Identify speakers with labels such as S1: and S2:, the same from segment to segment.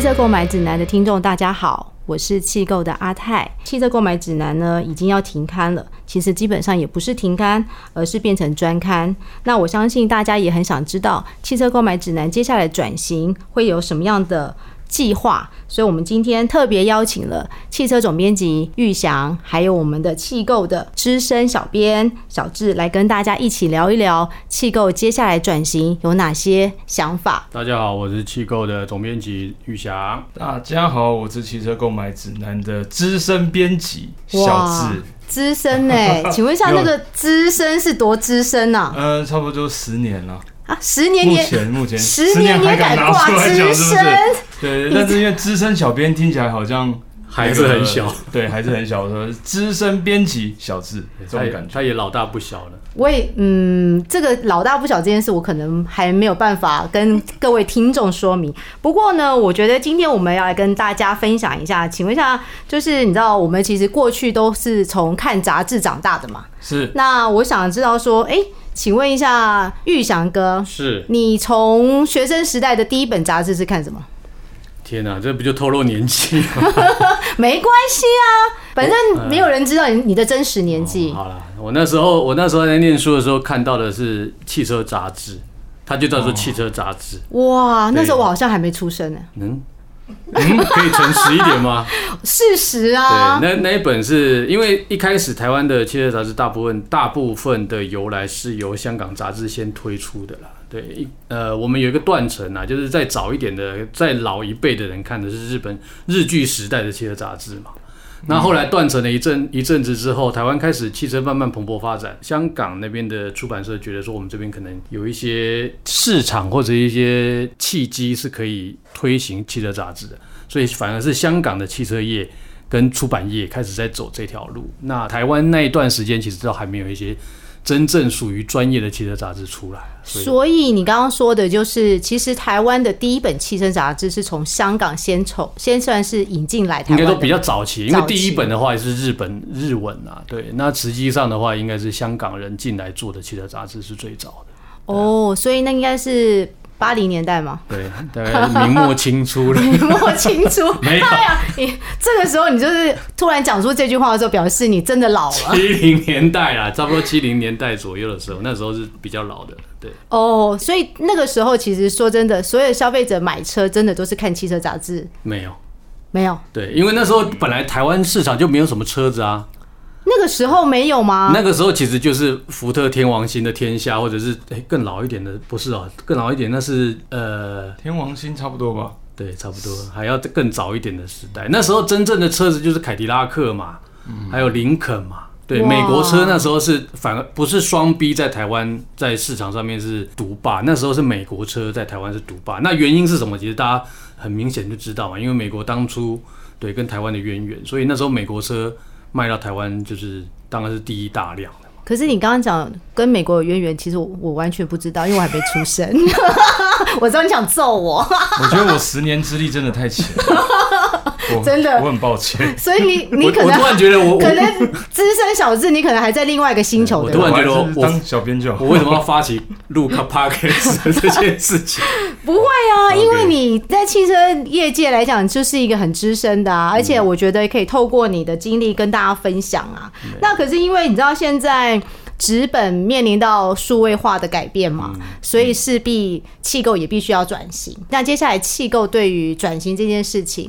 S1: 测购买指南的听众，大家好，我是气购的阿泰。气测购买指南呢，已经要停刊了。其实基本上也不是停刊，而是变成专刊。那我相信大家也很想知道，汽车购买指南接下来转型会有什么样的计划。所以我们今天特别邀请了汽车总编辑玉祥，还有我们的气购的资深小编小智，来跟大家一起聊一聊气购接下来转型有哪些想法。
S2: 大家好，我是气购的总编辑玉霞。
S3: 大家好，我是汽车购买指南的资深编辑小
S1: 哇，
S3: 智，
S1: 资深 呢、请问一下，那个资深是多资深啊？
S3: 呃，差不多十年了。
S1: 啊，十年
S3: 目
S1: 年
S3: 前目前
S1: 十年你
S3: 还
S1: 也
S3: 敢
S1: 敢
S3: 拿
S1: 挂
S3: 出来讲，
S1: 资
S3: 是
S1: 深
S3: 不是？？对，但是因为资深小编听起来好像
S2: 孩子很小，
S3: 对，还是很小。说资深编辑小智这
S2: 他
S3: 种
S2: 也
S3: 感觉，
S2: 他也老大不小了。
S1: 我也嗯，这个老大不小这件事，我可能还没有办法跟各位听众说明。不过呢，我觉得今天我们要来跟大家分享一下，请问一下，就是你知道我们其实过去都是从看杂志长大的嘛？
S3: 是
S1: 那我想知道说，哎、请问一下玉祥哥，
S2: 是，
S1: 你从学生时代的第一本杂志是看什么？
S2: 天哪、这不就透露年纪 吗？
S1: 没关系啊，反正没有人知道你你的真实年纪。
S2: 哦好啦，我那时候我那时候在念书的时候看到的是汽车杂志，它就叫
S3: 哦
S2: 做汽车杂志。
S1: 哇，那
S2: 对
S1: 时候我好像还没出生呢。
S2: 嗯嗯，可以诚实一点吗？
S1: 事实啊，
S2: 对，那那一本是因为一开始台湾的汽车杂志大部分大部分的由来是由香港杂志先推出的啦。对，一呃，我们有一个断层啊，就是再早一点的，再老一辈的人看的是日本日剧时代的汽车杂志嘛。那后来断层了一阵一阵子之后，台湾开始汽车慢慢蓬勃发展。香港那边的出版社觉得说，我们这边可能有一些市场或者一些契机是可以推行汽车杂志的，所以反而是香港的汽车业跟出版业开始在走这条路。那台湾那一段时间其实都还没有一些真正属于专业的汽车杂志出来，啊所以
S1: 所以你刚刚说的就是，其实台湾的第一本汽车杂志是从香港先从先算是引进来台
S2: 应
S1: 湾
S2: 该
S1: 的，
S2: 都比较早期，因
S1: 早
S2: 为
S1: 期
S2: 第一本的话是日本日文啊，对，那实际上的话应该是香港人进来做的汽车杂志是最早的，
S1: 哦，所以那应该是八零年代嘛。
S2: 对，大概是明末清初了。
S1: 我清楚，
S2: 没有
S1: 哎呀，你这个时候你就是突然讲出这句话的时候，表示你真的老了。
S2: 七零年代啦，差不多七零年代左右的时候，那时候是比较老的，对，
S1: 哦，所以那个时候其实说真的，所有消费者买车真的都是看汽车杂志，
S2: 没有，
S1: 没有
S2: 对，因为那时候本来台湾市场就没有什么车子啊，
S1: 那个时候没有吗？
S2: 那个时候其实就是福特天王星的天下，或者是哎、更老一点的，不是哦，更老一点那是呃，
S3: 天王星差不多吧？
S2: 对，差不多还要更早一点的时代，那时候真正的车子就是凯迪拉克嘛，还有林肯嘛。对，
S1: 哇
S2: 美国车那时候是反而不是双 B 在台湾在市场上面是独霸，那时候是美国车在台湾是独霸。那原因是什么？其实大家很明显就知道嘛，因为美国当初对跟台湾的渊源，所以那时候美国车卖到台湾就是当然是第一大量的。
S1: 可是你刚刚讲跟美国有渊源，其实我我完全不知道，因为我还没出生。 我知道你想揍我，
S3: 我觉得我十年之力真的太浅了， 我
S1: 真的
S3: 我很抱歉。
S1: 所以你你
S2: 我
S1: 可
S2: 我
S1: 能
S2: 突然觉得我我
S1: 可能资深小智，你可能还在另外一个星球
S2: 我
S1: 的。
S2: 突然觉得我
S3: 还是当小编就好
S2: 我。为什么要发起录 c p o d c a s 这件事情？
S1: 不会啊，
S2: OK
S1: 因为你在汽车业界来讲，就是一个很资深的啊，而且我觉得可以透过你的经历跟大家分享啊。那可是因为你知道现在。纸本面临到数位化的改变嘛，所以势必气构也必须要转型。那接下来气构对于转型这件事情，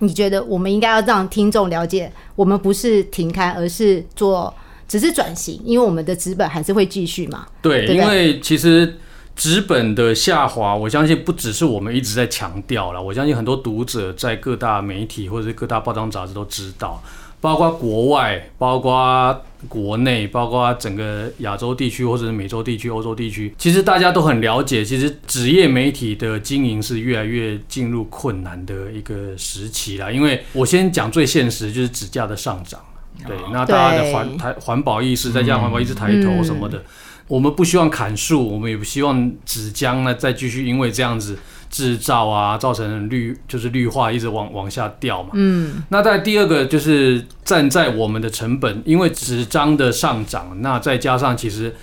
S1: 你觉得我们应该要让听众了解，我们不是停刊，而是做只是转型，因为我们的纸本还是会继续嘛。
S2: 对，
S1: 对不对
S2: 因为其实纸本的下滑，我相信不只是我们一直在强调了，我相信很多读者在各大媒体或者是各大报章杂志都知道，包括国外，包括国内，包括整个亚洲地区或者是美洲地区、欧洲地区，其实大家都很了解，其实纸业媒体的经营是越来越进入困难的一个时期啦。因为我先讲最现实，就是纸价的上涨。对，那大家的环
S1: 对
S2: 台环保意识，再加上环保意识抬头什么的，我们不希望砍树，我们也不希望纸浆呢再继续因为这样子制造啊，造成绿就是绿化一直往往下掉嘛。嗯，那在第二个就是站在我们的成本，因为纸张的上涨，那再加上其实。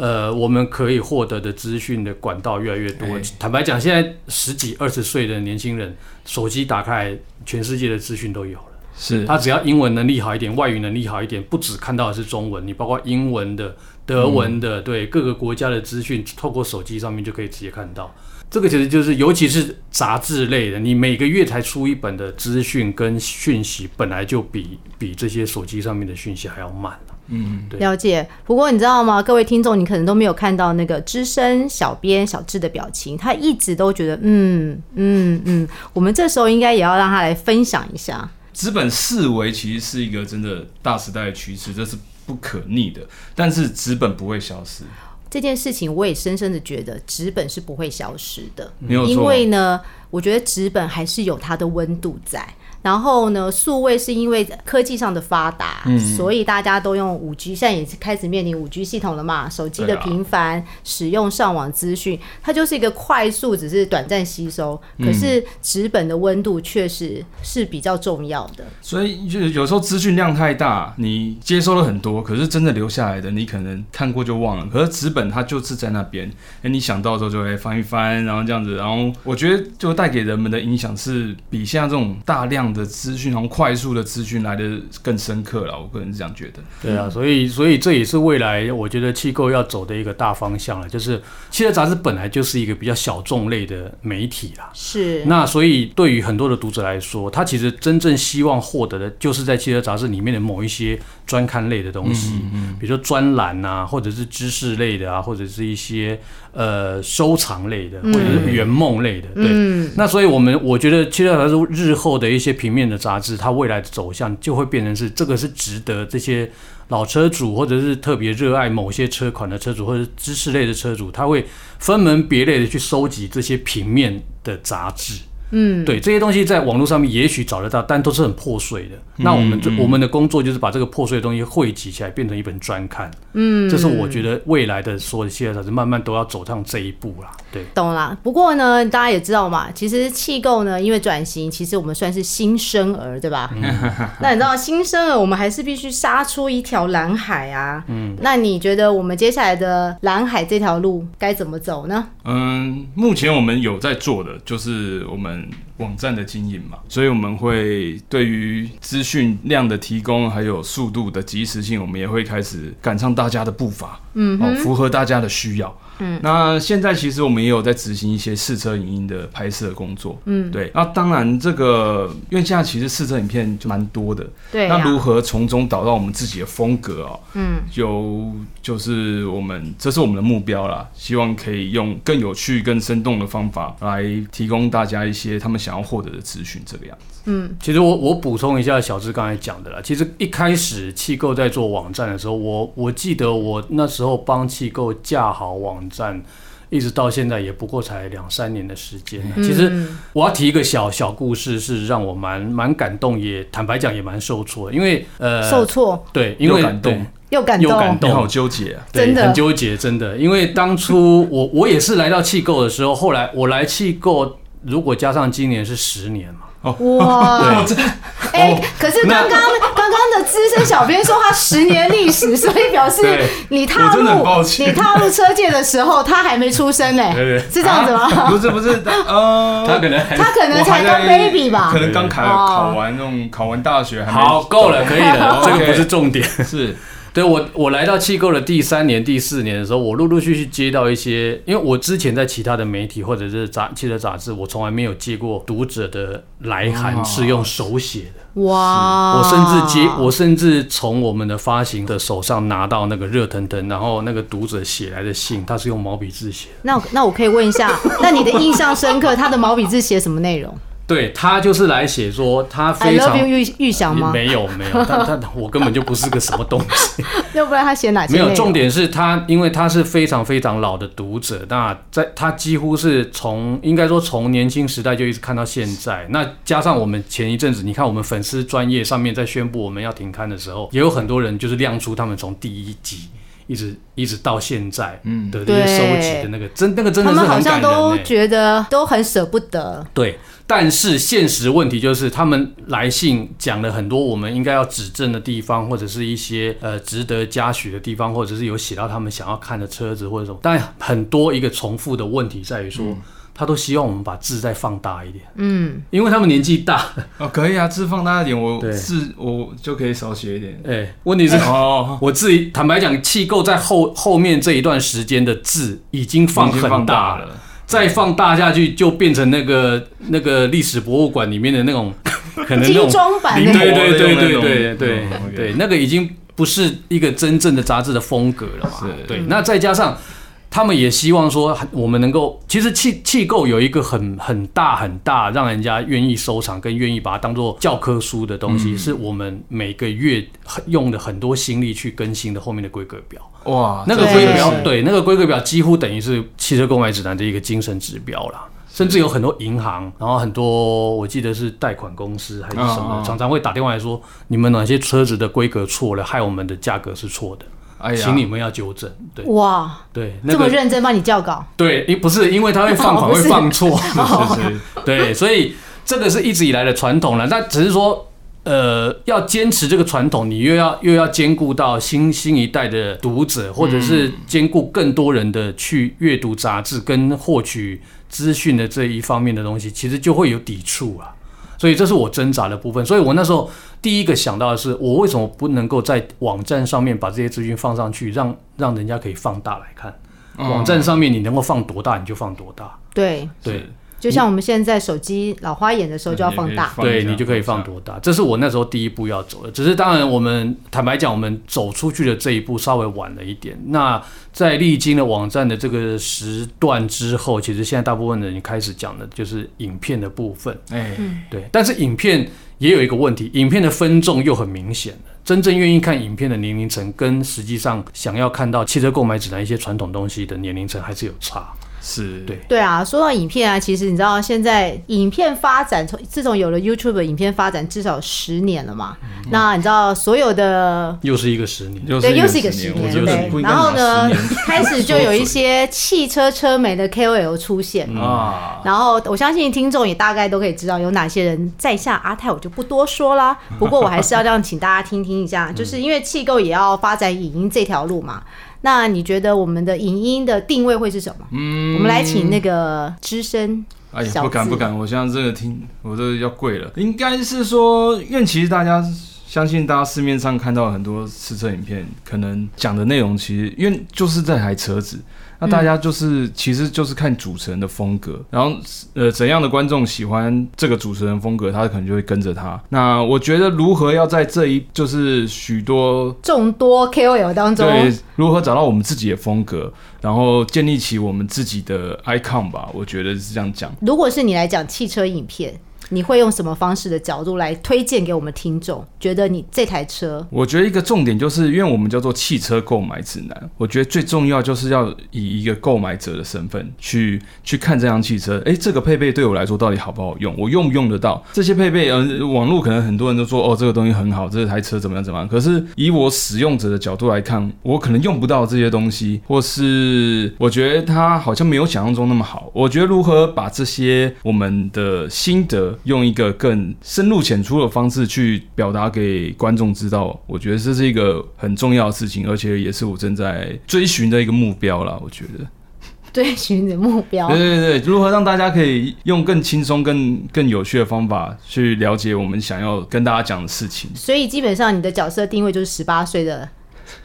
S2: 呃，我们可以获得的资讯的管道越来越多。
S3: 哎
S2: 坦白讲，现在十几、二十岁的年轻人，手机打开，全世界的资讯都有了。
S3: 是
S2: 他只要英文能力好一点，外语能力好一点，不只看到的是中文，你包括英文的、德文的，对各个国家的资讯，透过手机上面就可以直接看到。这个其实就是，尤其是杂志类的，你每个月才出一本的资讯跟讯息，本来就比比这些手机上面的讯息还要慢啊了。
S3: 嗯，
S2: 对
S1: 了解，不过你知道吗？各位听众，你可能都没有看到那个资深小编小智的表情，他一直都觉得嗯嗯嗯。我们这时候应该也要让他来分享一下。
S3: 资本四维其实是一个真的大时代的趋势，这是不可逆的，但是资本不会消失，
S1: 这件事情我也深深的觉得，纸本是不会消失的，
S3: 没有错
S1: 因为呢，我觉得纸本还是有它的温度在。然后呢，数位是因为科技上的发达，
S3: 嗯
S1: 所以大家都用五 G，现在也是开始面临五 G 系统了嘛，手机的
S3: 对啊
S1: 频繁、使用上网资讯，它就是一个快速，只是短暂吸收。可是纸本的温度确实是比较重要的。
S3: 所以就是有时候资讯量太大，你接收了很多，可是真的留下来的，你可能看过就忘了。可是纸本它就是在那边，哎、你想到的时候就会翻一翻，然后这样子，然后我觉得就带给人们的影响是比现在这种大量的资讯，然后快速的资讯来的更深刻了。我个人是这样觉得。
S2: 对啊，所以所以这也是未来我觉得机构要走的一个大方向了，就是汽车杂志本来就是一个比较小众类的媒体啦。
S1: 是，
S2: 那所以对于很多的读者来说，他其实真正希望获得的，就是在汽车杂志里面的某一些专刊类的东西，比如说专栏啊，或者是知识类的啊，或者是一些呃收藏类的，或者是圆梦类的，对。
S1: 嗯，
S2: 那所以，我们我觉得，其实来说，日后的一些平面的杂志，它未来的走向就会变成是这个是值得这些老车主，或者是特别热爱某些车款的车主，或者是知识类的车主，他会分门别类的去收集这些平面的杂志。嗯，对，这些东西在网络上面也许找得到，但都是很破碎的。那我们这、我们的工作就是把这个破碎的东西汇集起来，变成一本专刊。嗯，这是我觉得未来的所有的汽车杂志慢慢都要走上这一步啦。对。
S1: 懂啦。不过呢，大家也知道嘛，其实气构呢，因为转型，其实我们算是新生儿，对吧？
S3: 嗯
S1: 那你知道新生儿，我们还是必须杀出一条蓝海啊。嗯，那你觉得我们接下来的蓝海这条路该怎么走呢？
S3: 嗯，目前我们有在做的就是我们网站的经营嘛，所以我们会对于资讯量的提供还有速度的及时性，我们也会开始赶上大家的步伐，嗯，哦，符合大家的需要。嗯，那现在其实我们也有在执行一些试车影音的拍摄工作，嗯，对。那当然，这个因为现在其实试车影片就蛮多的，
S1: 对
S3: 那
S1: 啊，
S3: 如何从中找到我们自己的风格哦？
S1: 嗯，
S3: 有就是我们这是我们的目标啦，希望可以用更有趣、更生动的方法来提供大家一些他们想要获得的资讯，这个样子。
S2: 其实我我补充一下小志刚才讲的啦。其实一开始气构在做网站的时候，我我记得我那时候帮气构架好网站，一直到现在也不过才两三年的时间
S1: 嗯
S2: 了。其实我要提一个小小故事，是让我蛮蛮感动，也坦白讲也蛮受挫的，因为呃，
S1: 受挫
S2: 对，因为
S3: 又感动
S1: 又感
S2: 又
S1: 动，
S2: 感
S3: 你
S2: 动
S3: 好纠结啊！
S2: 对
S1: 真的
S2: 很纠结，真的。因为当初我 我也是来到气构的时候，后来我来气构，如果加上今年是十年嘛。
S1: 哇！哎、
S3: 哦
S1: 可是刚刚刚刚的资深小编说他十年历史，所以表示
S3: 对
S1: 你踏
S3: 我真的很抱
S1: 入
S3: 歉
S1: 你踏入车界的时候，他还没出生呢、
S3: 对
S1: 是这样子吗？
S3: 啊 不 是不是，呃，
S2: 他可能还
S1: 他可能才
S3: 我还
S1: 刚
S3: 在
S1: baby 吧
S3: 可。能刚考
S1: 哦
S3: 考完那种考完大学还没
S2: 好，够了，可以了， 这
S3: OK
S2: 个不是重点。
S3: 是
S2: 对我，我来到气构的第三年、第四年的时候，我陆陆续续接到一些，因为我之前在其他的媒体或者是杂汽车杂志，我从来没有接过读者的来
S1: 啊
S2: 函是用手写的。
S1: 哇！
S2: 我甚至接，
S1: 啊
S2: 我甚至从我们的发行的手上拿到那个热腾腾，然后那个读者写来的信，他是用毛笔字写的。
S1: 那我那我可以问一 下，那你的印象深刻，他的毛笔字写什么内容
S2: 对他就是来写说他
S1: ？I
S2: 非
S1: love you
S2: 常。
S1: 预预想吗？
S2: 没有没有，他他我根本就不是个什么东西。
S1: 要不然他写哪些
S2: 没
S1: 内容？
S2: 有，重点是他，因为他是非常非常老的读者，那在他几乎是从应该说从年轻时代就一直看到现在。那加上我们前一阵子，你看我们粉丝专业上面在宣布我们要停刊的时候，也有很多人就是亮出他们从第一集。一直一直到现在
S3: 嗯
S2: 的这些收集的那个，真那个真的
S1: 他
S2: 是
S1: 们
S2: 很
S1: 好像
S2: 感人、
S1: 都
S2: 欸。
S1: 觉得都很舍不得，
S2: 对，但是现实问题就是，他们来信讲了很多我们应该要指正的地方，或者是一些呃值得嘉许的地方，或者是有写到他们想要看的车子或者什么。但很多一个重复的问题在于说，他都希望我们把字再放大一点，
S1: 嗯，
S2: 因为他们年纪大，
S3: 哦，可以啊，字放大一点，我
S2: 对
S3: 字我就可以少写一点。
S2: 哎、问题是。
S3: 哦，
S2: 我自己坦白讲，气构在后后面这一段时间的字已经放
S3: 已经
S2: 很
S3: 放
S2: 大了，
S3: 了，
S2: 再放大下去就变成那个那个历史博物馆里面的那种 可能那
S1: 精
S2: 种
S1: 装版
S2: 对
S1: 的
S2: 对
S3: 临摹
S2: 对
S3: 的
S2: 对对
S3: 用那种
S2: 对对
S3: 嗯，OK
S2: 哦对，那个已经不是一个真正的杂志的风格了嘛
S3: 是？
S2: 对，那再加上。他们也希望说，我们能够，其实气气构有一个很很大很大，让人家愿意收藏跟愿意把它当做教科书的东西，是我们每个月很用的很多心力去更新的后面的规格表。
S3: 哇，
S2: 啊那个
S1: 对
S2: 规格
S3: 真的
S2: 表
S3: 是，
S2: 对那个规格表几乎等于是汽车购买指南的一个精神指标啦。甚至有很多银行，然后很多我记得是贷款公司还是什么
S3: 嗯嗯嗯
S2: 的，常常会打电话来说，你们哪些车子的规格错了，害我们的价格是错的，
S3: 哎呀，
S2: 请你们要纠正。对
S1: 哇，
S2: 对，那
S1: 这么
S2: 个
S1: 认真帮你校稿，
S2: 对，因不是因为他会放款
S1: 哦不
S2: 会
S1: 是
S2: 放错，
S3: 是是是，
S2: 对，所以这个是一直以来的传统了。那只是说，呃，要坚持这个传统，你又要又要兼顾到新新一代的读者，或者是兼顾更多人的去阅读杂志跟获取资讯的这一方面的东西，其实就会有抵触啊。所以这是我挣扎的部分。所以我那时候第一个想到的是，我为什么不能够在网站上面把这些资讯放上去，让让人家可以放大来看？
S3: 嗯
S2: 网站上面你能够放多大你就放多大，
S1: 对，
S2: 对。
S1: 就
S2: 嗯
S1: 像我们现在手机老花眼的时候就要放大，
S2: 对你就可以放多大。这是我那时候第一步要走的。只是当然，我们坦白讲，我们走出去的这一步稍微晚了一点。那在历经了网站的这个时段之后，其实现在大部分人开始讲的就是影片的部分。
S3: 哎，
S2: 对，但是影片也有一个问题，影片的分众又很明显了真正愿意看影片的年龄层，跟实际上想要看到汽车购买指南一些传统东西的年龄层还是有差。
S3: 是，
S2: 对
S1: 对啊，说到影片啊，其实你知道现在影片发展，从自从有了 YouTube 影片发展至少十年了嘛。
S2: 嗯
S1: 那你知道所有的
S2: 又是一个十年，
S3: 又
S1: 对，又是一
S3: 个
S1: 个十
S3: 我
S1: 年
S3: 觉得
S1: 对。
S3: 不应该
S1: 然后呢
S3: 拿十年，
S1: 开始就有一些汽车车媒的 KOL 出现。
S3: 啊，
S1: 然后我相信听众也大概都可以知道有哪些人在下阿泰，我就不多说啦。不过我还是要这样请大家听听一 下，
S3: 嗯
S1: 就是因为气构也要发展影音这条路嘛。那你觉得我们的影音的定位会是什么？
S3: 嗯，
S1: 我们来请那个资深
S3: 哎呀，
S1: 小
S3: 不敢
S1: 字
S3: 不敢，我现在这个听我这要跪了。应该是说，因为其实大家相信大家市面上看到很多试车影片，可能讲的内容其实因为就是这台车子。那大
S1: 嗯
S3: 家就是、其实就是看主持人的风格，然后呃怎样的观众喜欢这个主持人风格，他可能就会跟着他。那我觉得如何要在这一就是许多
S1: 众多 KOL 当中，
S3: 对，如何找到我们自己的风格，然后建立起我们自己的 icon 吧，我觉得是这样讲。
S1: 如果是你来讲汽车影片，你会用什么方式的角度来推荐给我们听众？觉得你这台车
S3: 我觉得一个重点就是，因为我们叫做汽车购买指南，我觉得最重要就是要以一个购买者的身份去去看这辆汽车，诶，这个配备对我来说到底好不好用，我用不用得到这些配备？呃，网络可能很多人都说，哦，这个东西很好，这台车怎么样怎么样，可是以我使用者的角度来看，我可能用不到这些东西，或是我觉得它好像没有想象中那么好。我觉得如何把这些我们的心得，用一个更深入浅出的方式去表达给观众知道，我觉得这是一个很重要的事情，而且也是我正在追寻的一个目标啦。我觉得，
S1: 追寻的目标
S3: 对，对对，如何让大家可以用更轻松、更更有趣的方法去了解我们想要跟大家讲的事情。
S1: 所以基本上你的角色定位就是十八岁的。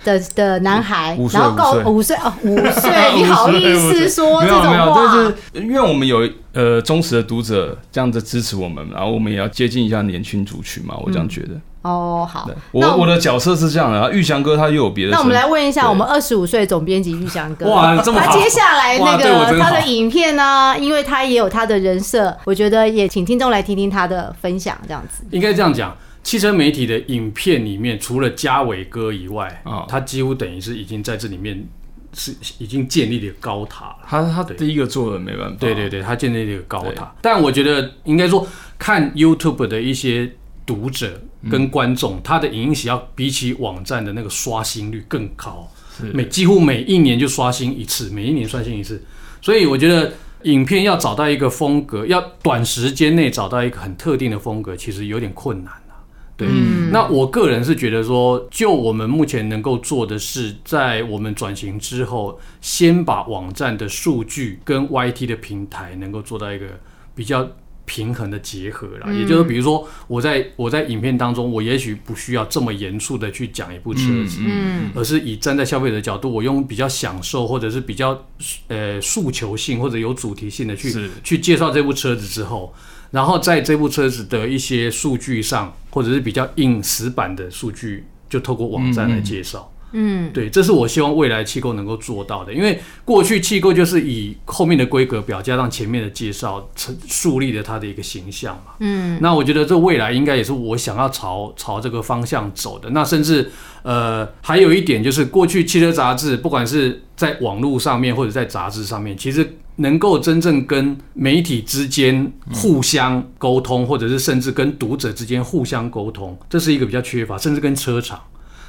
S1: 的的男孩
S3: 五，岁
S1: 然后告五岁哦，五 岁，你好意思说
S3: 没
S1: 这
S3: 有
S1: 种
S3: 没有，
S1: 话？
S3: 就是因为我们有呃忠实的读者这样子支持我们，然后我们也要接近一下年轻族群嘛，我这样觉得。
S1: 哦，好
S3: 对，，
S1: 那
S3: 我我的角色是这样的，然后玉祥哥他又有别的身份。
S1: 那我们来问一下
S3: 对
S1: 我们二十五岁总编辑玉祥哥，
S2: 哇这么
S1: 他
S2: 好
S1: 接下来那
S2: 哇对我
S1: 个
S2: 真好
S1: 他的影片呢、因为他也有他的人设，我觉得也请听众来听听他的分享，这样子。
S2: 应该这样讲，汽车媒体的影片里面，除了嘉伟哥以外，
S3: 哦
S2: 他几乎等于是已经在这里面是已经建立了一个高塔了。
S3: 他他
S2: 对
S3: 第一个做的没办法，
S2: 对对对，他建立了一个高塔。但我觉得应该说，看 YouTube 的一些嗯读者跟观众，他的影响比起网站的那个刷新率更高。每几乎每一年就刷新一次，每一年刷新一次。所以我觉得影片要找到一个风格，要短时间内找到一个很特定的风格，其实有点困难啊。对，那我个人是觉得说，就我们目前能够做的是，在我们转型之后，先把网站的数据跟 YT 的平台能够做到一个比较平衡的结合啦。也就是比如说，我在我在影片当中，我也许不需要这么严肃的去讲一部车子，
S1: 嗯
S2: 而是以站在消费者的角度，我用比较享受或者是比较呃诉求性或者有主题性的去
S3: 是
S2: 去介绍这部车子之后，然后在这部车子的一些数据上，或者是比较硬死板的数据，就透过网站来介绍。
S1: 嗯，
S2: 对，这是我希望未来气构能够做到的，因为过去气构就是以后面的规格表加上前面的介绍，成树立了它的一个形象嘛。嗯，那我觉得这未来应该也是我想要朝朝这个方向走的。那甚至呃，还有一点就是，过去汽车杂志不管是在网络上面或者在杂志上面，其实能够真正跟媒体之间互相沟通，或者是甚至跟读者之间互相沟通，这是一个比较缺乏，甚至跟车厂。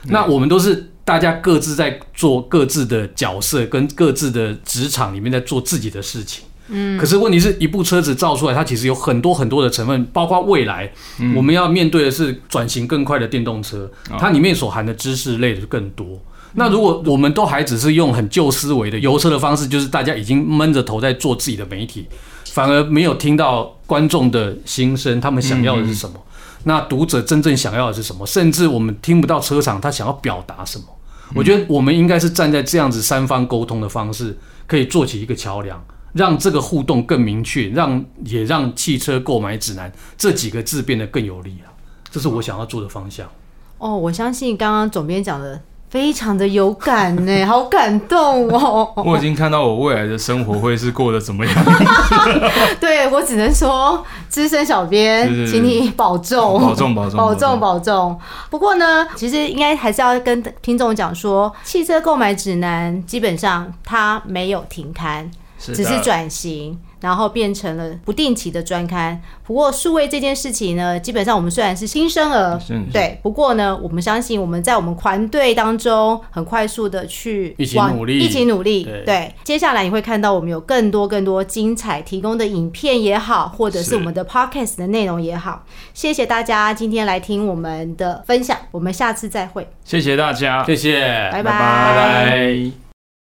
S2: 那我们都是大家各自在做各自的角色，跟各自的职场里面在做自己的事情。嗯，可是问题是一部车子造出来，它其实有很多很多的成分，包括未来、我们要面对的是转型更快的电动车，它里面所含的知识类的更多。那如果我们都还只是用很旧思维的油车的方式，就是大家已经闷着头在做自己的媒体，反而没有听到观众的心声，他们想要的是什么？那读者真正想要的是什么？甚至我们听不到车厂他想要表达什么。我觉得我们应该是站在这样子三方沟通的方式，可以做起一个桥梁，让这个互动更明确，让也让汽车购买指南这几个字变得更有力啊！这是我想要做的方向。
S1: 哦，我相信刚刚总编讲的非常的有感 呢，好感动哦。
S3: 我已经看到我未来的生活会是过得怎么样，
S1: 对我只能说，资深小编，
S3: 是是
S1: 请你保重，
S3: 保 重保重
S1: 保
S3: 保
S1: 重，
S3: 重
S1: 保重。不过呢，其实应该还是要跟听众讲说，汽车购买指南基本上它没有停刊，
S3: 只
S1: 只是转型，然后变成了不定期的专刊。不过数位这件事情呢，基本上我们虽然是新生儿
S3: 是
S2: 嗯
S3: 是，
S1: 对，不过呢，我们相信我们在我们团队当中很快速的去
S2: 一起
S1: 往
S2: 努力
S1: 一起努力。
S2: 对
S1: 对，接下来你会看到我们有更多更多精彩提供的影片也好，或者是
S3: 是
S1: 我们的 podcast 的内容也好。谢谢大家今天来听我们的分享，我们下次再会，
S3: 谢谢大家，
S2: 哎谢谢，
S1: 拜
S3: 拜拜。